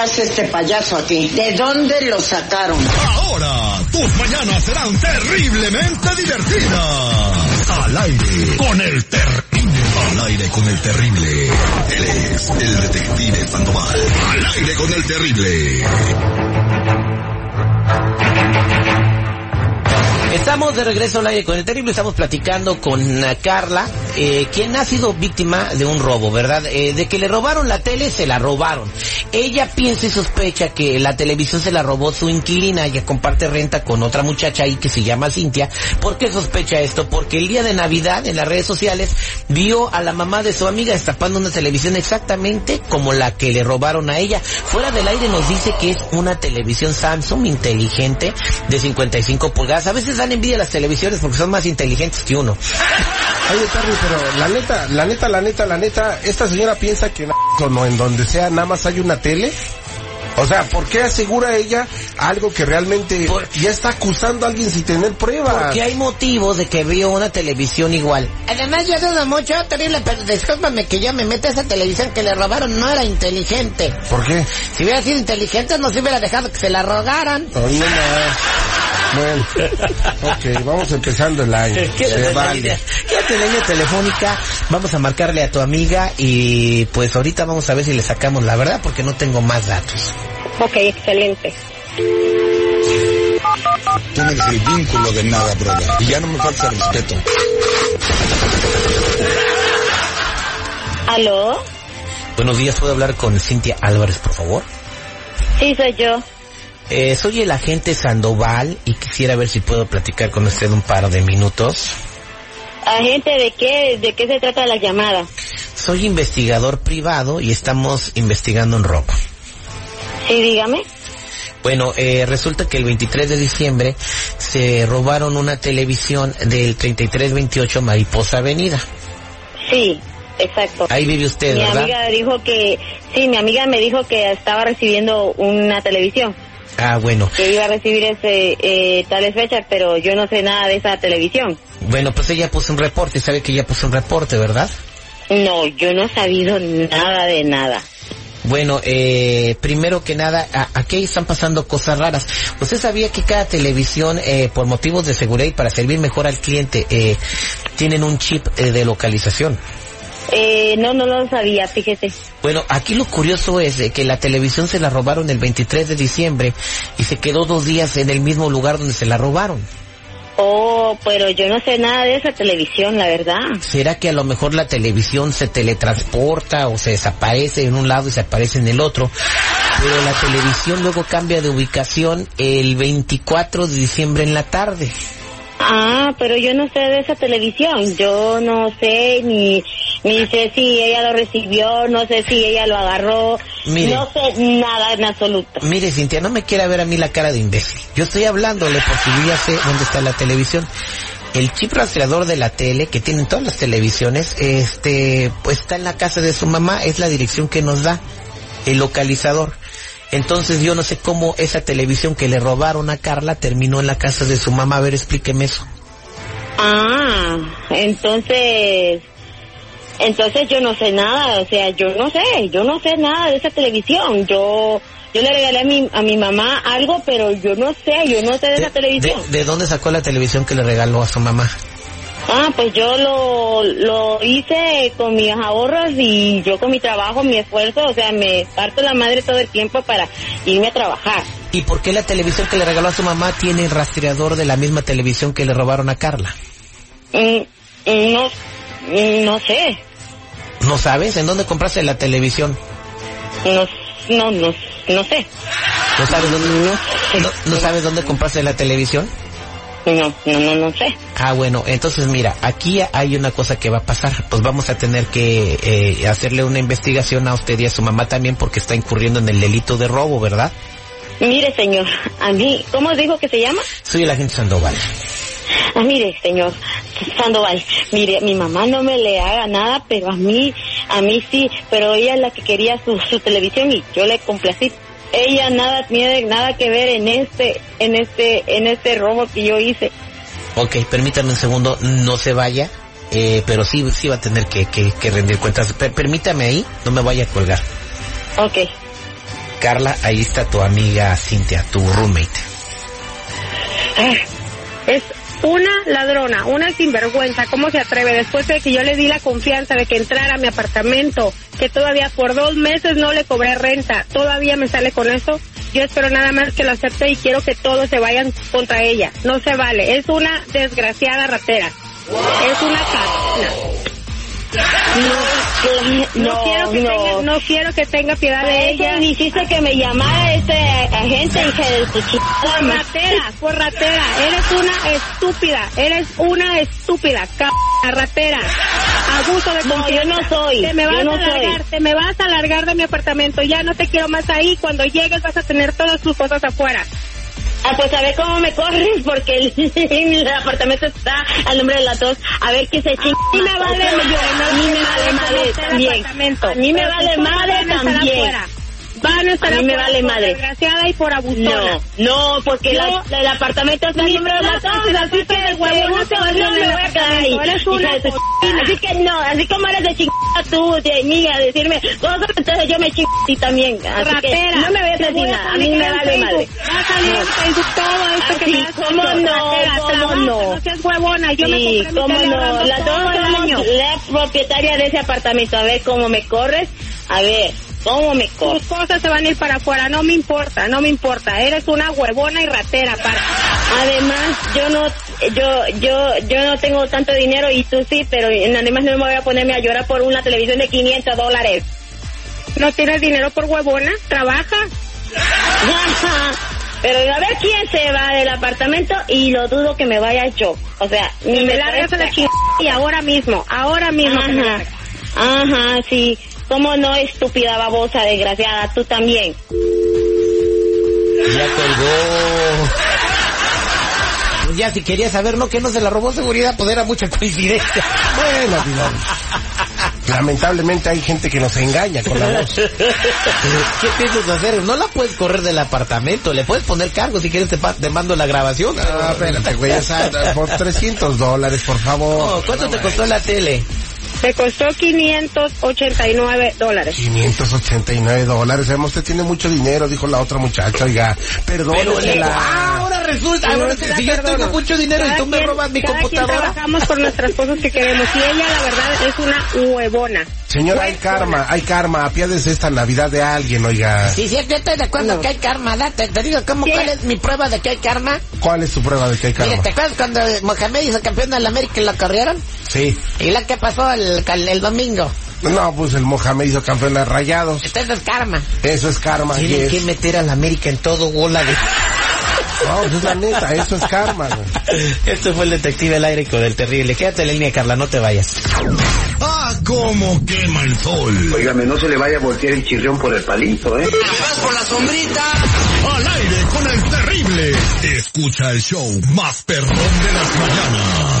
hace este payaso aquí? ¿De dónde lo sacaron? Ahora, tus mañanas serán terriblemente divertidas. Al aire con el terrible. Al aire con el terrible. Él es el detective Sandoval. Al aire con el terrible. Estamos de regreso al aire con el terrible, estamos platicando con eh, Carla, eh, quien ha sido víctima de un robo, ¿verdad? Eh, de que le robaron la tele, se la robaron. Ella piensa y sospecha que la televisión se la robó su inquilina, ella comparte renta con otra muchacha ahí que se llama Cintia. ¿Por qué sospecha esto? Porque el día de Navidad en las redes sociales vio a la mamá de su amiga destapando una televisión exactamente como la que le robaron a ella. Fuera del aire nos dice que es una televisión Samsung inteligente de 55 pulgadas. A veces dan envidia las televisiones porque son más inteligentes que uno. Oye, Terry, pero la neta, la neta, la neta, la neta, esta señora piensa que en la- o no, en donde sea, nada más hay una tele. O sea, ¿por qué asegura ella algo que realmente Por- ya está acusando a alguien sin tener pruebas? Porque hay motivos de que vio una televisión igual. Además, yo dudo mucho, terrible, pero discúlpame que yo me meta esa televisión que le robaron, no era inteligente. ¿Por qué? Si hubiera sido inteligente, no se hubiera dejado que se la rogaran. Ay, no, no. Bueno, ok, vamos empezando el año. Quédate Se en la línea, vale. quédate en la línea telefónica, vamos a marcarle a tu amiga y pues ahorita vamos a ver si le sacamos la verdad porque no tengo más datos. Ok, excelente. Tienes el vínculo de nada, brother. Y ya no me falta respeto. ¿Aló? Buenos días, ¿puedo hablar con Cintia Álvarez, por favor? Sí, soy yo. Eh, soy el agente Sandoval y quisiera ver si puedo platicar con usted un par de minutos. ¿Agente de qué? ¿De qué se trata la llamada? Soy investigador privado y estamos investigando un robo. Sí, dígame. Bueno, eh, resulta que el 23 de diciembre se robaron una televisión del 3328 Mariposa Avenida. Sí, exacto. Ahí vive usted, mi ¿verdad? amiga dijo que, sí, mi amiga me dijo que estaba recibiendo una televisión, Ah, bueno. que iba a recibir ese, eh, tales fechas, pero yo no sé nada de esa televisión. Bueno, pues ella puso un reporte, sabe que ella puso un reporte, ¿verdad? No, yo no he sabido nada de nada. Bueno, eh, primero que nada, a- aquí están pasando cosas raras. ¿Usted sabía que cada televisión, eh, por motivos de seguridad y para servir mejor al cliente, eh, tienen un chip eh, de localización? Eh, no, no lo sabía, fíjese. Bueno, aquí lo curioso es de que la televisión se la robaron el 23 de diciembre y se quedó dos días en el mismo lugar donde se la robaron. Oh, pero yo no sé nada de esa televisión, la verdad. ¿Será que a lo mejor la televisión se teletransporta o se desaparece en un lado y se aparece en el otro? Pero la televisión luego cambia de ubicación el 24 de diciembre en la tarde. Ah, pero yo no sé de esa televisión. Yo no sé ni ni sé si ella lo recibió, no sé si ella lo agarró. Mire. No sé nada en absoluto. Mire, Cintia, no me quiera ver a mí la cara de imbécil. Yo estoy hablándole porque yo ya sé dónde está la televisión. El chip rastreador de la tele que tienen todas las televisiones, este, pues está en la casa de su mamá, es la dirección que nos da el localizador. Entonces yo no sé cómo esa televisión que le robaron a Carla terminó en la casa de su mamá. A ver, explíqueme eso. Ah, entonces entonces yo no sé nada, o sea, yo no sé, yo no sé nada de esa televisión. Yo yo le regalé a mi a mi mamá algo, pero yo no sé, yo no sé de, esa televisión. de- de dónde sacó la televisión que le regaló a su mamá? Ah, pues yo lo, lo hice con mis ahorros y yo con mi trabajo, mi esfuerzo, o sea, me parto la madre todo el tiempo para irme a trabajar. ¿Y por qué la televisión que le regaló a su mamá tiene el rastreador de la misma televisión que le robaron a Carla? Mm, mm, no, mm, no sé, ¿No sabes? ¿En dónde compraste la televisión? no, no, no, no sé, ¿No sabes dónde, no, Este, no, no sabes dónde compraste la televisión? no, no, no, no sé. Ah, bueno, entonces mira, aquí hay una cosa que va a pasar. Pues vamos a tener que eh, hacerle una investigación a usted y a su mamá también porque está incurriendo en el delito de robo, ¿verdad? Mire, señor, a mí, ¿cómo dijo que se llama? Soy el agente Sandoval. Ah, mire, señor Sandoval, mire, mi mamá no me le haga nada, pero a mí, a mí sí, pero ella es la que quería su, su televisión y yo le complací. Ella nada tiene nada que ver en este, en este, en este robo que yo hice. Ok, permítame un segundo, no se vaya, eh, pero sí, sí va a tener que, que- que rendir cuentas. Per- permítame ahí, no me vaya a colgar. Ok. Carla, ahí está tu amiga Cintia, tu roommate. Ah, Es una ladrona, una sinvergüenza. ¿Cómo se atreve? Después de que yo le di la confianza de que entrara a mi apartamento, que todavía por dos meses no le cobré renta, todavía me sale con eso. Yo espero nada más que lo acepte y quiero que todos se vayan contra ella. No se vale. Es una desgraciada ratera. Es una patana. No, quiero que Tenga, no quiero que tenga piedad de ella. Hiciste que me llamara este agente, hija de tu chica. Por ratera, por ratera. Eres una estúpida. Eres una estúpida, c ratera. Abuso de No, yo confianza. no soy. Te me Yo vas no a largar, soy. te me vas a largar de mi apartamento. Ya no te quiero más ahí. Cuando llegues vas a tener todas tus cosas afuera. Ah, pues a ver cómo me corres, porque el, el apartamento está al nombre de las dos. A ver que se chinga. A mí me vale madre, madre, a mí me vale madre también. A mí me vale madre también. Van a estar A mí me afuera vale por madre. Desgraciada y por abusona. No, no, porque Yo- la- la- el apartamento está al nombre de las dos. No, Así que de de huevón, huevón te vas a no me tener voy a quedar ahí. apartamento. Eres una hija de tu cochina. ch- Así que no, así como eres de chingada tú, de niña, decirme cosas, entonces yo me chingo a ti también. Así que ratera. no me voy a Te decir nada. A mí salir me en vale madre. Facebook. Va a salir en Facebook todo esto que Así, me has ¿cómo hecho, no? ratera, ¿Cómo trabaja, no? no seas huevona. Yo sí, me compré mi cómo tele no, ahorrando las dos todo el año. somos la propietaria de ese apartamento. A ver cómo me corres, a ver cómo me Tus corres. cosas se van a ir para afuera, no me importa, no me importa. Eres una huevona y ratera, para. Además, yo no, yo, yo, yo no tengo tanto dinero y tú sí, pero además no me voy a ponerme a llorar por una televisión de 500 dólares. ¿No tienes dinero por huevona? Trabaja. Pero a ver quién se va del apartamento y lo dudo que me vaya yo. O sea, ni Y me me largas a la parece. chingada y ahora mismo, ahora mismo. que me Ajá, largas. ajá, sí. ¿Cómo no, estúpida babosa desgraciada? Tú también. Ya colgó. Pues ya, si quería saber, ¿no? Que no se la robó seguridad, pues era mucha coincidencia. Bueno, digo, lamentablemente hay gente que nos engaña con la voz. ¿Qué piensas hacer? No la puedes correr del apartamento, le puedes poner cargo si quieres te, pa- te mando la grabación. Ah, espérate, güey, esa- por 300 dólares, por favor. No, ¿Cuánto te costó la tele? Me costó 589 dólares. 589 dólares. Además, usted tiene mucho dinero, dijo la otra muchacha. Oiga, Pero le- Ah, perdónela. ahora resulta, Ahora ahora te que la si yo perdono. tengo mucho dinero y Cada tú me quien- robas mi cada quien computadora. trabajamos por nuestras cosas que queremos y ella la verdad es una huevona. Señora, hay karma, hay karma. Apiádese esta Navidad de alguien, oiga. Sí, sí, yo estoy de acuerdo que hay karma, ¿da? Te, te digo, ¿cómo, Sí. ¿cuál es mi prueba de que hay karma? ¿Cuál es su prueba de que hay Mira, karma? ¿te acuerdas cuando Mohamed hizo campeón de la América y lo corrieron? Sí. ¿Y la que pasó el, el domingo? No, pues el Mohamed hizo campeón de rayados. Esto es karma. Eso es karma. y Tienen es- que meter a la América en todo bola de... No, pues es la neta, eso es karma. güey. Esto fue el detective al aire con el terrible. Quédate en la línea, Carla, no te vayas. ¡Ah, cómo quema el sol! Óigame, no se le vaya a voltear el chirrión por el palito, ¿eh? Al aire con el terrible. Escucha el show más perrón de las mañanas.